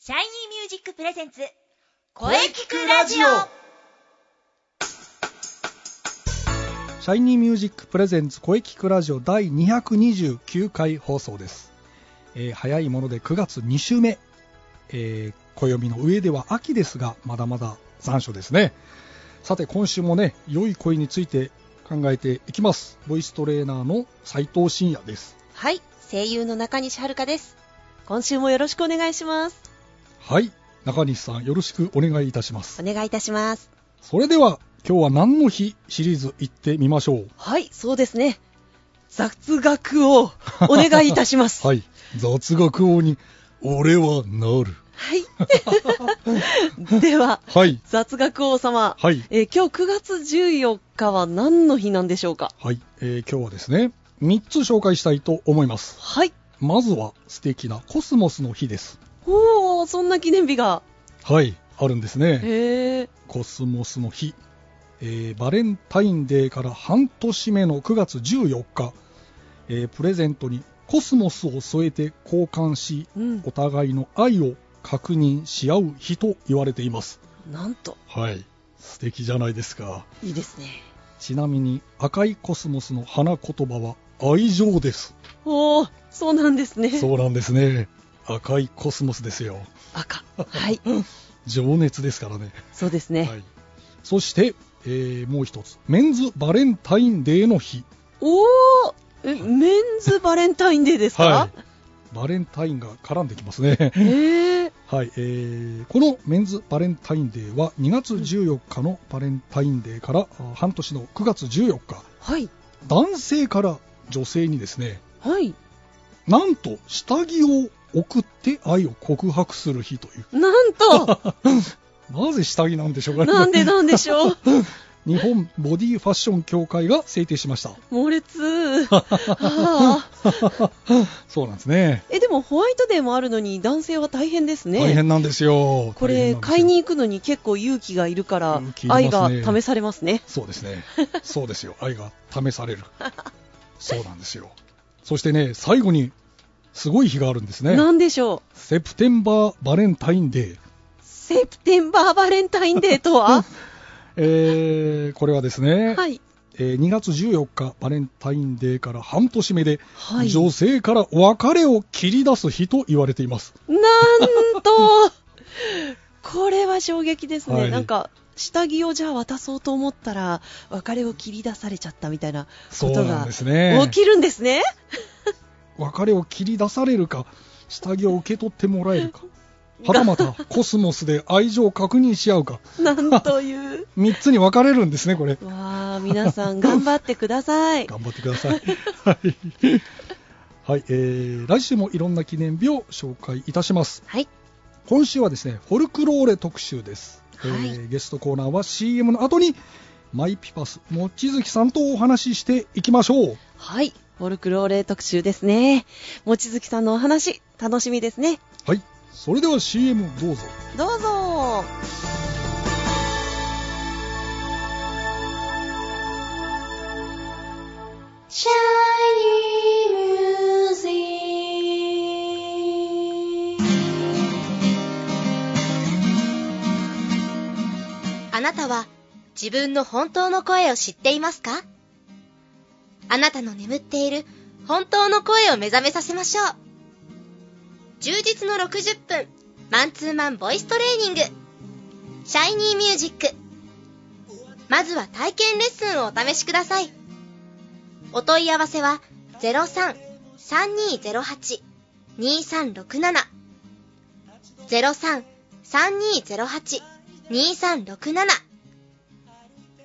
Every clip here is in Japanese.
シャイニーミュージックプレゼンツ声聞くラジオシャイニーミュージックプレゼンツ声聞くラジオ第229回放送です、えー早いもので9月2週目、えー暦の上では秋ですがまだまだ残暑ですねさて今週もね良い声について考えていきますボイストレーナーの斉藤真也ですはい声優の中西遥です今週もよろしくお願いしますはい中西さんよろしくお願いいたしますお願いいたしますそれでは今日は何の日シリーズ行ってみましょうはいそうですね雑学 をお願いいたしますはい雑学王に俺はなるはい でははい雑学王様、はいえー今日9月14日は何の日なんでしょうかはい、えー今日はですね3つ紹介したいと思いますはいまずは素敵なコスモスの日ですおおそんな記念日がはいあるんですねへえコスモスの日、えーバレンタインデーから半年目の9月14日、えープレゼントにコスモスを添えて交換しうんお互いの愛を確認し合う日と言われていますなんとはい素敵じゃないですかいいですねちなみに赤いコスモスの花言葉は愛情ですおおそうなんですねそうなんですね。赤いコスモスですよ。赤はい情熱ですからね。そうですね、はい、そして、えーもう一つ、メンズバレンタインデーの日。おおメンズバレンタインデーですか、い。バレンタインが絡んできますね。 へえはい、えーこのメンズバレンタインデーは2月14日のバレンタインデーからあ半年の9月14日、はい男性から女性にですね、はいなんと下着を送って愛を告白する日という。なん となぜ下着なんでしょうかね。なんでなんでしょう日本ボディファッション協会が制定しました。猛烈ああそうなんですね。えでもホワイトデーもあるのに男性は大変ですね大変なんですこよ。大変れなんですよ買い。に行くのに結構勇気がいるから勇気いり愛ますがね試されますねそうですね。そうですよ。愛が試される。そうなんですよ。そしてね、最後に、すごい日があるんですね。なんでしょうセプテンバーバレンタインデー。セプテンバーバレンタインデーとはえーこれはですね、はいえー2月14日バレンタインデーから半年目で、はい女性から別れを切り出す日と言われています。なんとこれは衝撃ですね、はいなんか下着をじゃあ渡そうと思ったら別れを切り出されちゃったみたいなそこうとなんがですね。起きるんですね別れを切り出されるか下着を受け取ってもらえるかはたまたコスモスで愛情を確認し合うかなんという3つに分かれるんですねこれわあ皆さん頑張ってください頑張ってく ださいはい、はいえー来週もいろんな記念日を紹介いたしますはい今週はですねフォルクローレ特集です、えはいーゲストコーナーは CM の後にマイピパス望月さんとお話ししていきましょうはいフォルクローレ特集ですね望月さんのお話楽しみですねはいそれでは CM どうぞどうぞシャイニーミュージックあなたは自分の本当の声を知っていますかあなたの眠っている本当の声を目覚めさせましょう充実の60分マンツーマンボイストレーニングシャイニーミュージックまずは体験レッスンをお試しくださいお問い合わせは03-3208-2367 03-3208-2367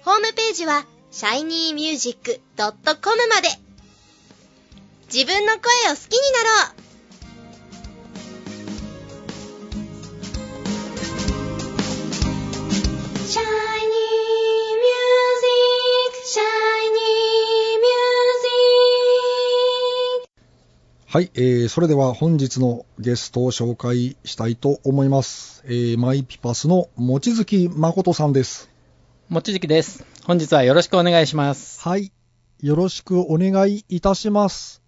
ホームページは shinymusic.com まで自分の声を好きになろうシャイニーミュージック、シャイニーミュージック。はい、えーそれでは本日のゲストを紹介したいと思います。えーマイピパスの望月誠さんです。もちじきです。本日はよろしくお願いします。はい、よろしくお願いいたします。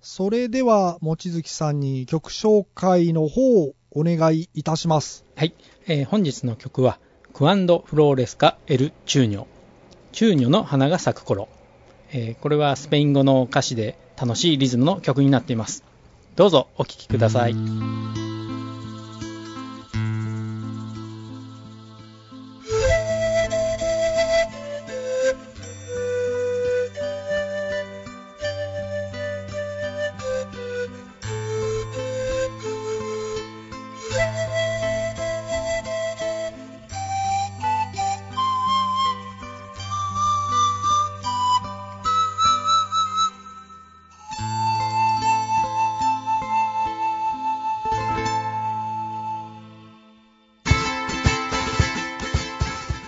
それでは、望月さんに曲紹介の方をおお願いいたします。はい、えー本日の曲は、クアンド・フローレスカ・エル・チューニョ。チューニョの花が咲く頃。えーこれはスペイン語の歌詞で楽しいリズムの曲になっています。どうぞお聴きください。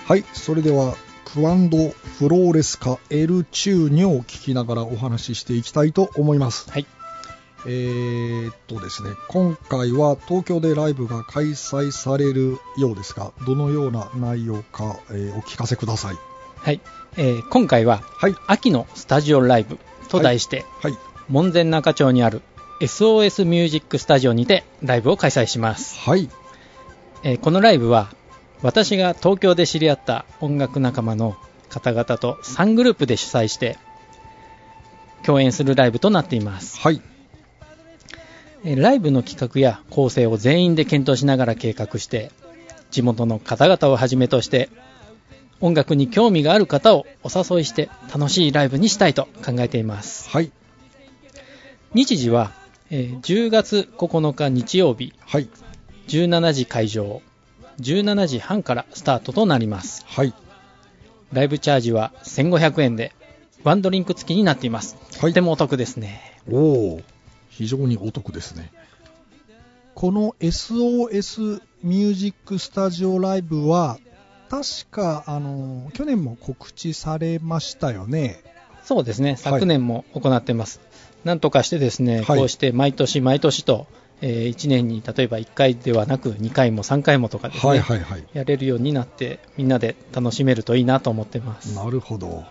はい、それでは、クアンド・フローレスカ・エル・チューニョを聞きながらお話ししていきたいと思います。はい、えーっとですね、今回は東京でライブが開催されるようですが、どのような内容か、えーお聞かせください。はいえー今回ははい、秋のスタジオライブと題して、はい、門前仲町にある SOS ミュージックスタジオにてライブを開催します、はい、えーこのライブは私が東京で知り合った音楽仲間の方々と3グループで主催して共演するライブとなっています、はい、えーライブの企画や構成を全員で検討しながら計画して地元の方々をはじめとして音楽に興味がある方をお誘いして楽しいライブにしたいと考えていますはい、日時は、えー10月9日日曜日はい、 17時会場17時半からスタートとなりますはい、ライブチャージは1500円でワンドリンク付きになっていますはといて。もお得ですねおお、非常にお得ですね。この SOS ミュージックスタジオライブは、確か、あの、去年も告知されましたよね。そうですね昨年も行ってます、なんとかしてですね、はいこうして毎年毎年と、え1年に例えば1回ではなく2回も3回もとかですね、はいはいはい。やれるようになってみんなで楽しめるといいなと思ってます、なるほど。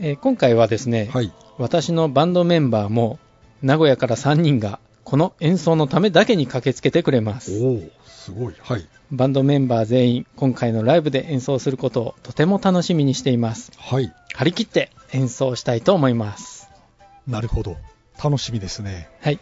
えー今回はですね、はい。私のバンドメンバーも名古屋から3人がこの演奏のためだけに駆けつけてくれますおお、すごい。はい。バンドメンバー全員今回のライブで演奏することをとても楽しみにしていますはい。張り切って演奏したいと思いますなるほど。楽しみですね。はい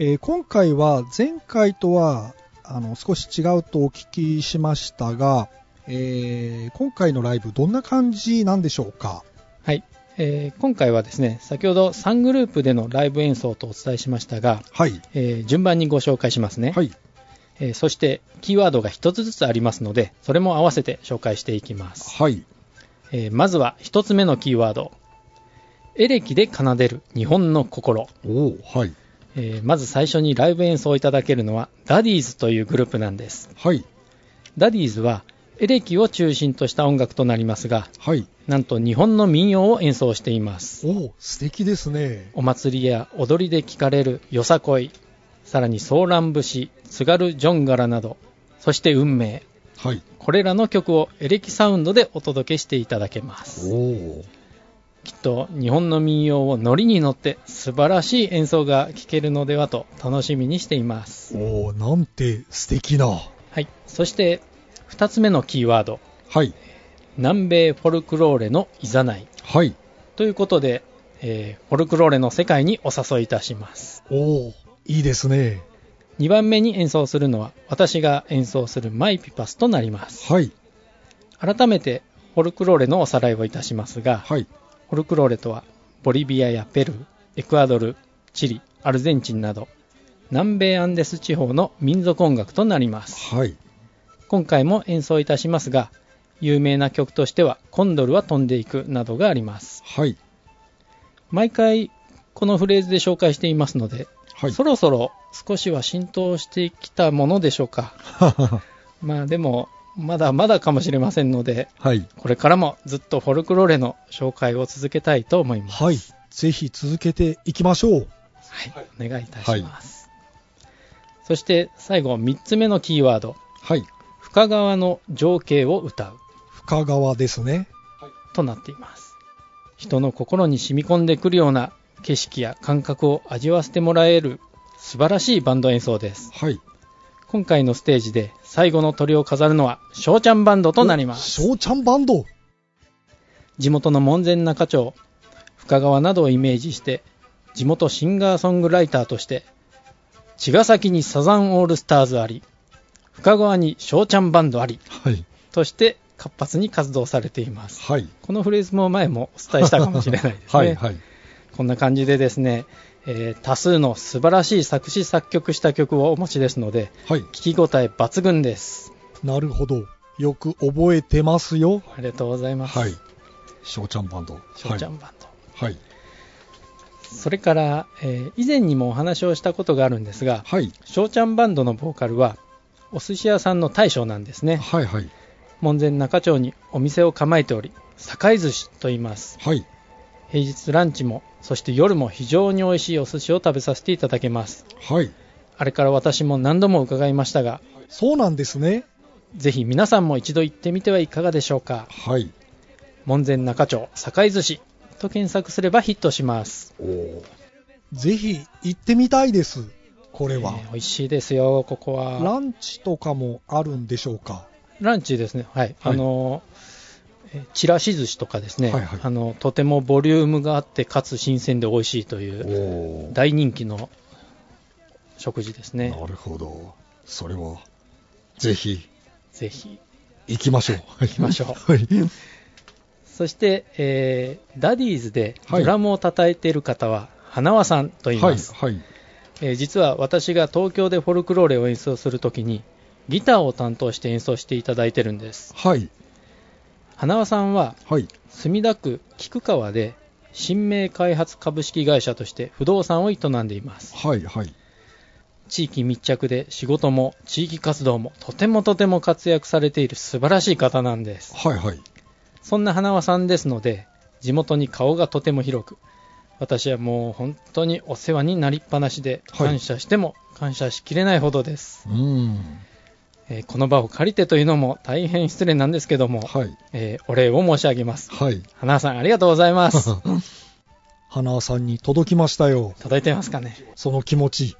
えー今回は前回とはあの少し違うとお聞きしましたが、えー今回のライブどんな感じなんでしょうかはい、えー今回はですね先ほど3グループでのライブ演奏とお伝えしましたが、はい。えー順番にご紹介しますね、はい。えーそしてキーワードが1つずつありますのでそれも合わせて紹介していきますはい。えーまずは1つ目のキーワードエレキで奏でる日本の心、おお、はい。えーまず最初にライブ演奏いただけるのはダディーズというグループなんですはい。ダディーズはエレキを中心とした音楽となりますがはい。なんと日本の民謡を演奏していますおお、素敵ですね。お祭りや踊りで聴かれるよさこいさらにソーラン節津軽ジョンガラなどそして運命はい。これらの曲をエレキサウンドでお届けしていただけますおきっと日本の民謡をノリに乗って素晴らしい演奏が聴けるのではと楽しみにしています、お、おお、なんて素敵な。はい、そして2つ目のキーワードはい。南米フォルクローレのいざないはい。ということで、えーフォルクローレの世界にお誘いいたしますおお、いいですね。 2番目に演奏するのは私が演奏するマイピパスとなりますはい。改めてフォルクローレのおさらいをいたしますが、はい。フォルクローレとはボリビアやペルーエクアドルチリアルゼンチンなど南米アンデス地方の民族音楽となりますはい。今回も演奏いたしますが有名な曲としては「コンドルは飛んでいく」などがありますはい。毎回このフレーズで紹介していますので、はい。そろそろ少しは浸透してきたものでしょうかまあでもまだまだかもしれませんので はい。これからもずっとフォルクローレの紹介を続けたいと思いますはい。ぜひ続けていきましょう。はい、お願いいたします、そして最後3つ目のキーワードはい。深川の情景を歌う深川ですね。となっています人の心に染み込んでくるような景色や感覚を味わわせてもらえる素晴らしいバンド演奏ですはい。今回のステージで最後の鳥を飾るのは、翔ちゃんバンドとなります。翔ちゃんバンド地元の門前仲町、深川などをイメージして、地元シンガーソングライターとして、茅ヶ崎にサザンオールスターズあり、深川に翔ちゃんバンドあり、はい。として活発に活動されています。はい。このフレーズも前もお伝えしたかもしれないですね。 はい、はい。こんな感じでですね、えー多数の素晴らしい作詞作曲した曲をお持ちですので、はい。聞き応え抜群です。なるほど。よく覚えてますよ。ありがとうございます。はい。翔ちゃんバンド。翔ちゃんバンド。はい。それから、えー以前にもお話をしたことがあるんですが、はい。翔ちゃんバンドのボーカルは、お寿司屋さんの大将なんですね。はい、はい。門前仲町にお店を構えており、堺寿司と言います。はい。平日ランチも、そして夜も非常に美味しいお寿司を食べさせていただけます。はい。あれから私も何度も伺いましたが、そうなんですね。ぜひ皆さんも一度行ってみてはいかがでしょうか。はい。門前仲町堺寿司と検索すればヒットします。おーぜひ行ってみたいです。これはえ。ー美味しいですよ、ここは。ランチとかもあるんでしょうか。ランチですね。はい。はいあのー、えーちらし寿司とかですね、はいはいあのとてもボリュームがあってかつ新鮮で美味しいというおー大人気の食事ですねなるほど。それは、ぜひ、ぜひ行きましょう。行きましょ うはい。そして、えーダディーズではいドラムを叩いている方は、花輪さんと言いはまい。す、はい。えー実は私が東京でフォルクローレを演奏するときにギターを担当して演奏していただいてるんですはい。花輪さんははい。墨田区菊川で新名開発株式会社として不動産を営んでいますはい。はい。地域密着で仕事も地域活動もとてもとても活躍されている素晴らしい方なんですはい。はい。そんな花輪さんですので地元に顔がとても広く私はもう本当にお世話になりっぱなしではい感謝しても感謝しきれないほどですうーん。えーこの場を借りてというのも大変失礼なんですけども、はい。えーお礼を申し上げます。はい。花さん、ありがとうございます。い 花輪さんに届きましたよ。ただいてますかね。その気持ち。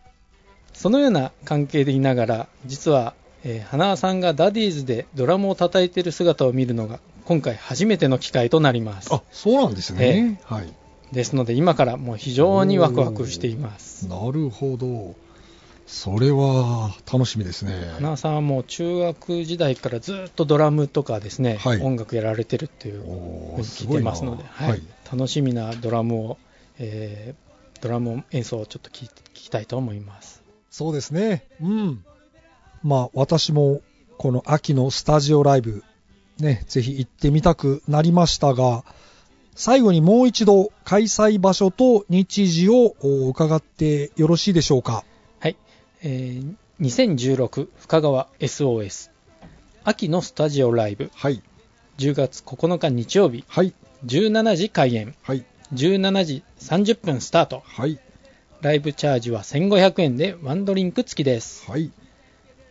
そのような関係でいながら、実は、えー花さんがダディーズでドラムを叩いている姿を見るのが、今回初めての機会となります。あ、そうなんですね。はい。ですので、今からもう非常にワクワクしています。なるほど。それは、楽しみですね。花さんはもう中学時代からずっとドラムとかですね、はい音楽やられてるっていうおー聞いてますので、すごいなはいはい。楽しみなドラムを、えードラム演奏をちょっと聞い聞きたいと思います。そうですね。うん。まあ、私も、この秋のスタジオライブ、ね、ぜひ行ってみたくなりましたが、最後にもう一度、開催場所と日時をお伺ってよろしいでしょうか。はい、えー2016深川 SOS 秋のスタジオライブはい。 10月9日日曜日はい。 17時開演はい。 17時30分スタートはい。ライブチャージは1500円でワンドリンク付きですはい。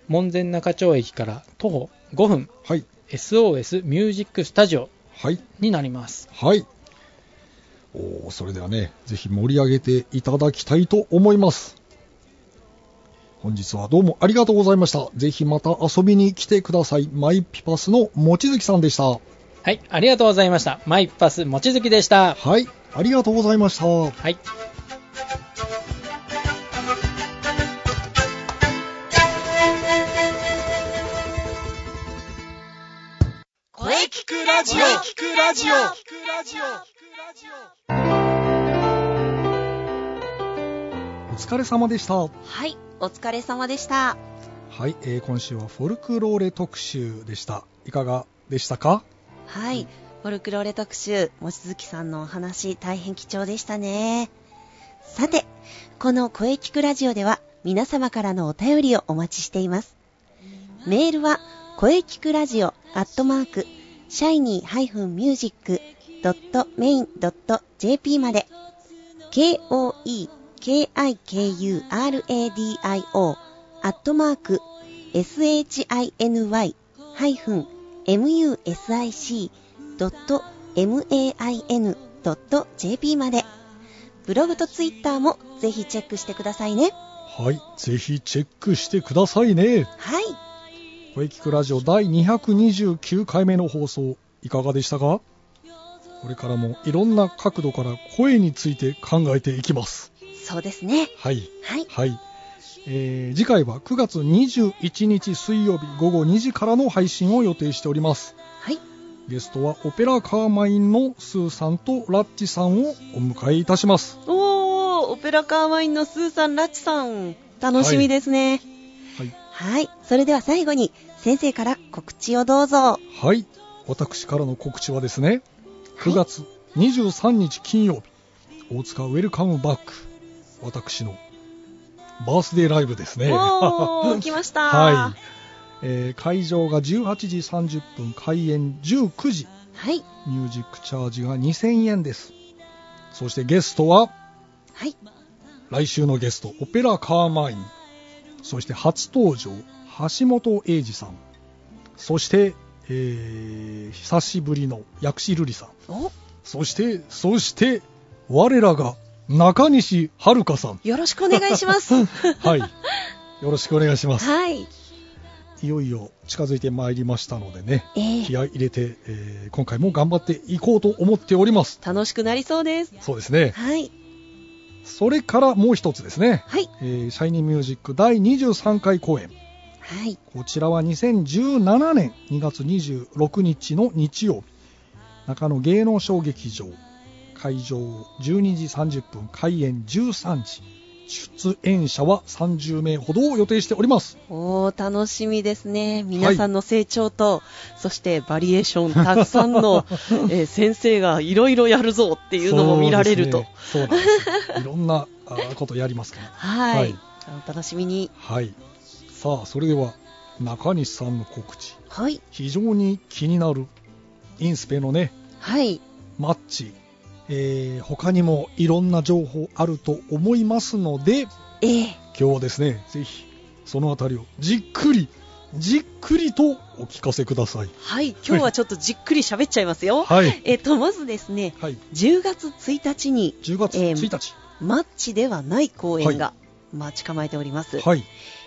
門前仲町駅から徒歩5分はい。 SOS ミュージックスタジオはい。になりますはい。おーそれではね、ぜひ盛り上げていただきたいと思います。本日はどうもありがとうございました。ぜひまた遊びに来てください。マイピパスの望月さんでした。はい、ありがとうございました。マイパス、望月でした。はい、ありがとうございました。はい。声聞くラジオ聞くラジオお疲れ様でした。ははい、お疲れ様でした。い、えー今週はフォルクローレ特集でした。いかがでしたかはい、フォルクローレ特集、望月さんのお話、大変貴重でしたね。さて、この声聞くラジオでは、皆様からのお便りをお待ちしています。メールは、声聞くラジオ、アットマーク、シャイニー -music.main.jp まで、k-o-e-k-i-k-u-r-a-d-i-o、アットマーク、shiny-music music.main.jp までブログとツイッターもぜひチェックしてくださいねははいぜひチェックしてくださいねはい小池クラジオ第229回目の放送いかがでしたかこれからもいろんな角度から声について考えていきますそうですねはいはいはい、えー次回は9月21日水曜日午後2時からの配信を予定しておりますはいゲストはオペラカーマインのスーさんとラッチさんをお迎えいたしますおーオペラカーワインのスーさんラッチさん楽しみですねはい、はい、それでは最後に先生から告知をどうぞはい、私からの告知はですね9月23日金曜日大塚ウェルカムバック私のバースデーライブですねおー来ました はい、えー会場が18時30分開演19時はいミュージックチャージが2000円ですそしてゲストははい来週のゲストオペラカーマインそして初登場橋本英二さんそして、えー久しぶりの薬師瑠璃さんおそしてそして我らが中西遥さんよろしくお願いします はいよろしくお願いしますはいいよいよ近づいてまいりましたのでねえー気合い入れて、えー今回も頑張っていこうと思っております楽しくなりそうですそうですねはいそれからもう一つですね、はいえーシャイニーミュージック第23回公演はいこちらは2017年2月26日の日曜日中野芸能小劇場会場12時30分開演13時出演者は30名ほどを予定しておりますおー楽しみですね皆さんの成長と、そしてバリエーションたくさん の、えー先生がいろいろやるぞっていうのも見られると、そうですねそうなんですよいろんなあーことやりますからはい、はいお楽しみにはいさあそれでは中西さんの告知はい非常に気になるインスペのねはいマッチ、えー他にもいろんな情報あると思いますのでえー今日はですねぜひそのあたりをじっくりじっくりとお聞かせくださいはい、今日はちょっとじっくり喋っちゃいますよ。はい、えっと、まずですね、はい、 10月1日に10月えー1日、マッチではない公演が待ち構えております。はい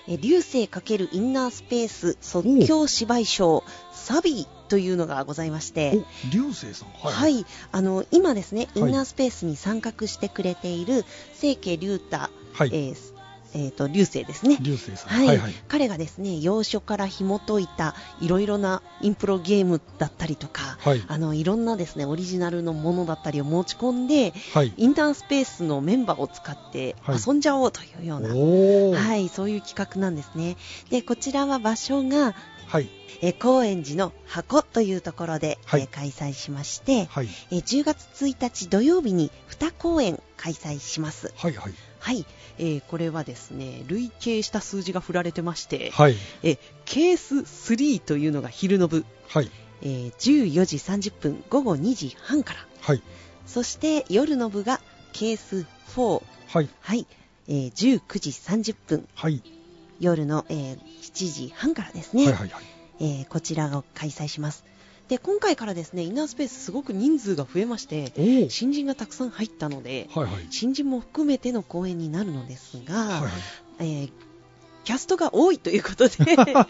え流星×インナースペース即興芝居賞サビーというのがございまして、お流星さんは、はいい、あの今ですね、イはいンナースペースに参画してくれている清家龍太、はいえーすえーと流星ですね。流星さん、はい、はいはい彼がですね要所から紐解いたいろいろなインプロゲームだったりとか、はいあのいろんなですねオリジナルのものだったりを持ち込んではいインターンスペースのメンバーを使ってはい遊んじゃおうというような、はいおおそういう企画なんですねでこちらは場所がはいえー高円寺の箱というところで、はいえー開催しまして、はいえー10月1日土曜日に2公演開催しますはいはいはい、えーこれはですね累計した数字が振られてまして、はいえケース3というのが昼の部、はいえー14時30分午後2時半からはいそして夜の部がケース4、はいはいえー19時30分はい夜の、えー7時半からですね、はいはいはいえーこちらを開催しますで今回からですねインナースペースすごく人数が増えましておー新人がたくさん入ったのではいはい新人も含めての公演になるのですが、はいはいえーキャストが多いということ であ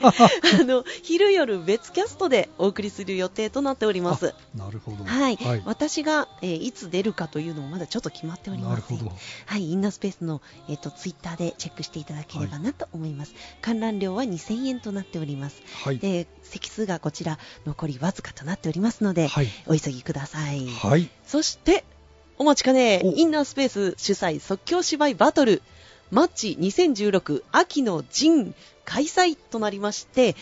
の昼夜別キャストでお送りする予定となっております。なるほどはい、はい私が、えーいつ出るかというのもまだちょっと決まっておりなまるすほどはい、インナースペースの、えー、とツイッターでチェックしていただければなと思います、観覧料は2000円となっておりますはいで席数がこちら残りわずかとなっておりますので、はいお急ぎください、はいそして、お待ちかね、おインナースペース主催即興芝居バトル、マッチ2016秋の陣開催となりまして、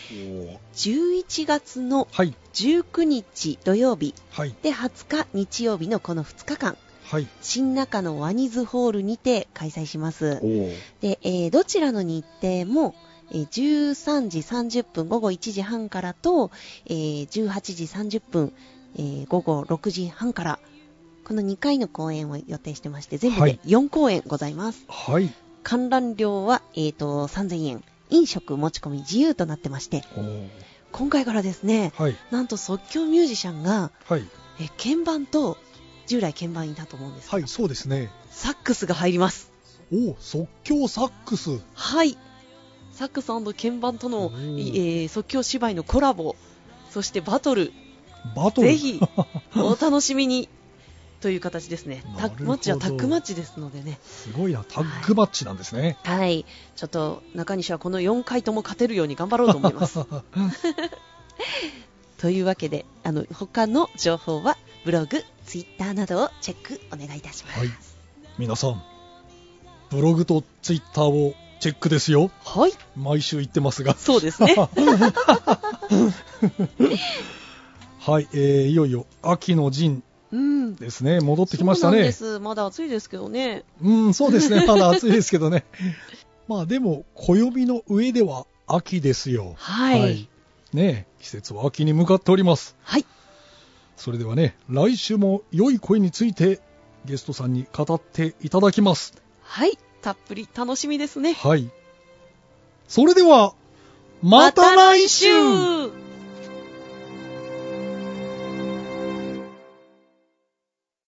11月のはい19日土曜日はいで20日日曜日のこの2日間、はい新中野ワニズホールにて開催しますお。おで、えーどちらの日程も、えー13時30分午後1時半からと、えー18時30分、えー午後6時半からこの2回の公演を予定してまして全部はでい4公演ございます、はい観覧料は、えー、と3000円飲食持ち込み自由となってましておー今回からですねはいなんと即興ミュージシャンが、はいえー鍵盤と従来鍵盤いたと思うんですけはど、いそうですねサックスが入りますお即興サックスはいサックス鍵盤との、おえーー即興芝居のコラボそしてバト ルバトルぜひお楽しみにという形ですねタッなるほグどマッチはタッグマッチですのでね すごいなタッグマッチなんですね、はいちょっと中西はこの4回とも勝てるように頑張ろうと思います というわけであの他の情報はブログツイッターなどをチェックお願いいたしますはい皆さんブログとツイッターをチェックですよはい、毎週言ってますがそうです ねはい、えーいよいよ秋の陣うんですね戻ってきましたそうねなんですまだ暑いですけどねうん、そうですね。ま だ暑いですけどね。まあでも、暦の上では秋ですよ。はいはい、ねえ季節は秋に向かっております。それではね、来週も良い声についてゲストさんに語っていただきます。はい、たっぷり楽しみですねはい。それでは、また来週また来週